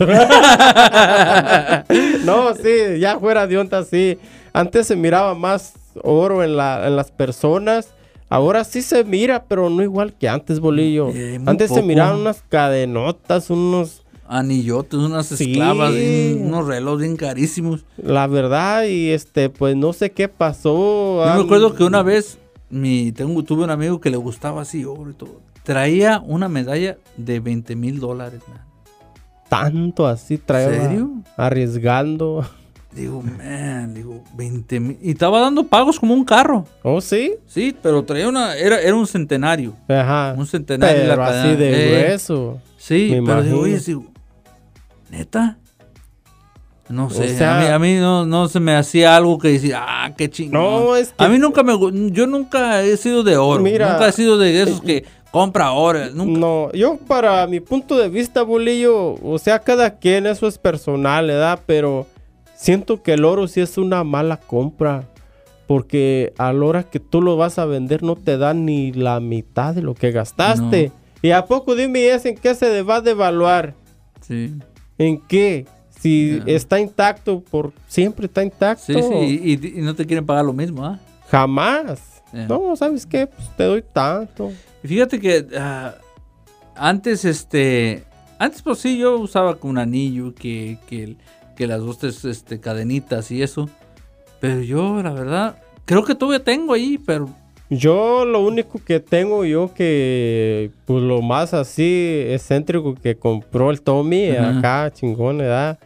no, sí, ya fuera de onda, sí. Antes se miraba más oro en, la, en las personas. Ahora sí se mira, pero no igual que antes, bolillo. Eh, muy antes se poco. miraban unas cadenotas, unos... Anillotes, unas Sí. esclavas, bien- unos relojes bien carísimos. La verdad, y este, pues no sé qué pasó. Yo ah, me acuerdo que una vez mi, tengo, tuve un amigo que le gustaba así, oro y todo. Traía una medalla de 20 mil dólares, man. Tanto así traía. serio? Arriesgando. [laughs] Digo, man, digo, 20 mil. Y estaba dando pagos como un carro. ¿Oh, sí? Sí, pero traía una. Era, era un centenario. Ajá. Un centenario. en la Pero así cadena. de Eh, grueso. Sí, me pero digo, imagino. oye, digo, ¿neta? No sé. sea- a mí, a mí no, no se me hacía algo que decir, ah, qué chingón. No, es que- A mí nunca me. gu- Yo nunca he sido de oro. Mira. eh, mm, nunca he sido de esos que compra oro. Nunca. No, yo para mi punto de vista, Bolillo, o sea, cada quien, eso es personal, ¿verdad? Pero siento que el oro sí es una mala compra. Porque a la hora que tú lo vas a vender no te dan ni la mitad de lo que gastaste. ¿Y a poco dime es en qué se de- va a devaluar? Sí. ¿En qué? Si Ya. está intacto, por siempre está intacto. Sí, sí. Y, y- y no te quieren pagar lo mismo, ¿ah? Jamás. Ya. No, ¿sabes qué? Pues te doy tanto. Y Fíjate que ah, antes, este, antes pues sí, yo usaba como un anillo, que, que, que las dos tres, este, cadenitas y eso. Pero yo, la verdad, creo que todavía tengo ahí, pero Yo lo único que tengo yo que, pues lo más así excéntrico que compró el Tommy Ajá. acá, [laughs] chingón, ¿verdad?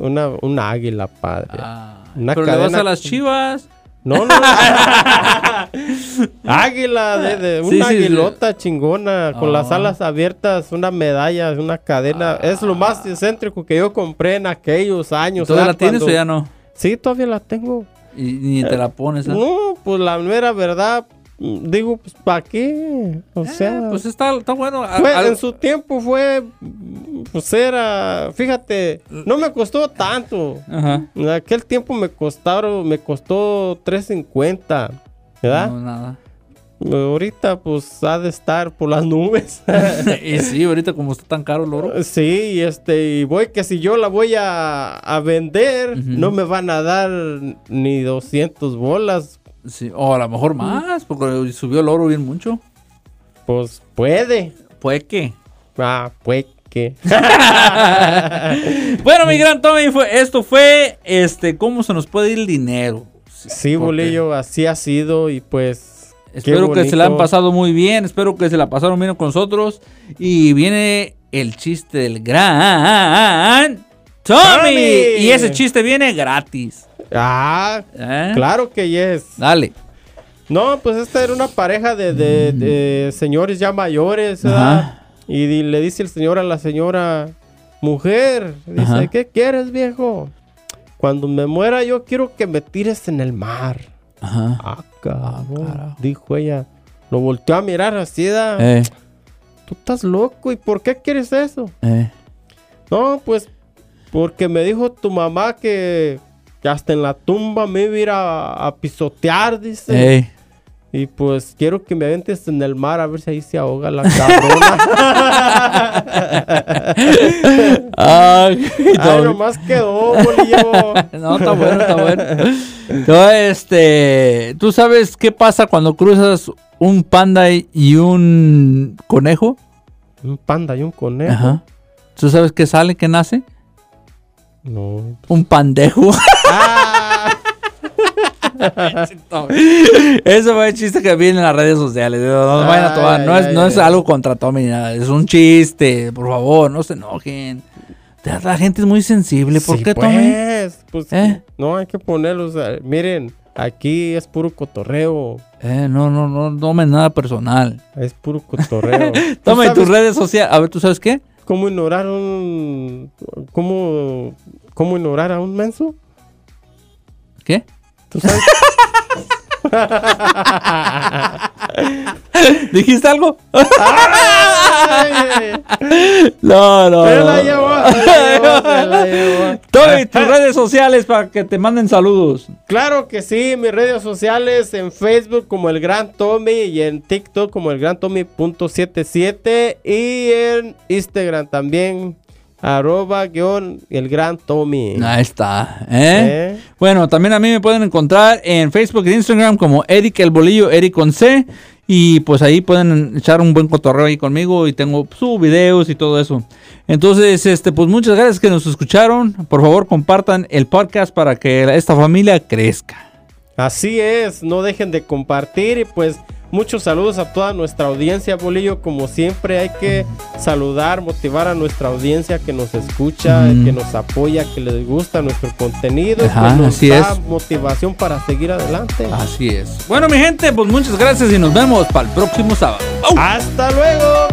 Una, un águila, padre. ah, Una pero le vas cadena a las con- chivas, No, no. no. águila, de, de una Sí, sí, sí. aguilota chingona, con las Ah. alas abiertas, una medalla, una cadena. Es lo más excéntrico que yo compré en aquellos años. ¿Todavía la ¿verdad? tienes Cuando- o ya no? Sí, todavía la tengo. Y ni te la pones. ¿ah? No, pues la mera verdad, mm, digo, pues ¿para qué? O Eh, sea, pues está, está bueno. A- fue- al- en su tiempo fue, mm, pues era, fíjate, no me costó tanto. Ajá. En aquel tiempo me costaron, me costó 3.50, ¿verdad? No, nada. [laughs] Ahorita pues ha de estar por las nubes. [laughs] y sí, ahorita como está tan caro el oro. sí, y este, y voy que si yo la voy a, a vender, Ujú. no me van a dar ni 200 bolas. Sí, o a lo mejor más, porque subió el oro bien mucho. Pues puede. Pues que. Ah, pues [laughs] que. Bueno, mi gran Tommy, fue, esto fue este cómo se nos puede ir el dinero. porque- Sí, bolillo, así ha sido y pues... qué Espero que se la han bonito. pasado muy bien, espero que se la pasaron bien con nosotros. Y viene el chiste del gran Tommy. Tommy. Y ese chiste viene gratis. Ah, ¿eh? claro que yes. Dale. No, pues esta era una pareja de, de- de señores ya mayores, ¿verdad? Mm. Ajá. Y di- le dice el señor a la señora, mujer, dice, Ajá. ¿qué quieres, viejo? Cuando me muera yo quiero que me tires en el mar. Ajá. Ah, cabrón, carajo. dijo ella. Lo volteó a mirar así, da, Eh, tú estás loco, ¿y por qué quieres eso? eh. No, pues, porque me dijo tu mamá que, que hasta en la tumba me iba a ir a, a pisotear, dice. Ey. Y pues quiero que me aventes en el mar a ver si ahí se ahoga la [laughs] [laughs] [laughs] cabrona. Ah, qué Ay, Tommy. nomás quedó, bolillo. No, está bueno, está bueno. [laughs] Entonces, este, ¿tú sabes qué pasa cuando cruzas un panda y un conejo? Un panda y un conejo. Ajá. ¿Tú sabes qué sale, qué nace? No. Un pandejo. [laughs] Ah, Eso fue el chiste que viene en las redes sociales. No, no vayan a tomar. Ay, No, es, ay, no es ay. algo contra Tommy ni nada. Es un chiste. Por favor, no se enojen. La gente es muy sensible. ¿Por sí, qué, Tommy? pues, pues, ¿Eh? no hay que ponerlos. a- Miren, aquí es puro cotorreo. Eh, no, no, no tomen nada personal. Es puro cotorreo. ¿Tú [laughs] Toma tus sabes redes sociales. A ver, ¿tú sabes qué? ¿Cómo ignorar un. Cómo, ¿Cómo ignorar a un menso? ¿Qué? [laughs] ¿Tú sabes? ¿Dijiste algo? Ay, No, no. Se no. la llevó, se la llevó, se la llevó. Tommy, tus redes sociales para que te manden saludos. Claro que sí, mis redes sociales en Facebook como el Gran Tommy y en TikTok como el Gran Tommy.77 y en Instagram también arroba guión el Gran Tommy. Ahí está. ¿eh? ¿Eh? Bueno, también a mí me pueden encontrar en Facebook e Instagram como Eric el Bolillo, Eric con C. Y pues ahí pueden echar un buen cotorreo ahí conmigo y tengo sus videos y todo eso. Entonces, este, pues muchas gracias que nos escucharon. Por favor, compartan el podcast para que la- esta familia crezca. Así es, no dejen de compartir y pues muchos saludos a toda nuestra audiencia, Bolillo. Como siempre hay que saludar, motivar a nuestra audiencia que nos escucha, Mm. que nos apoya, que les gusta nuestro contenido, Ajá, que nos así da es. motivación para seguir adelante. Así es. Bueno, mi gente, pues muchas gracias y nos vemos para el próximo sábado. ¡Au! Hasta luego.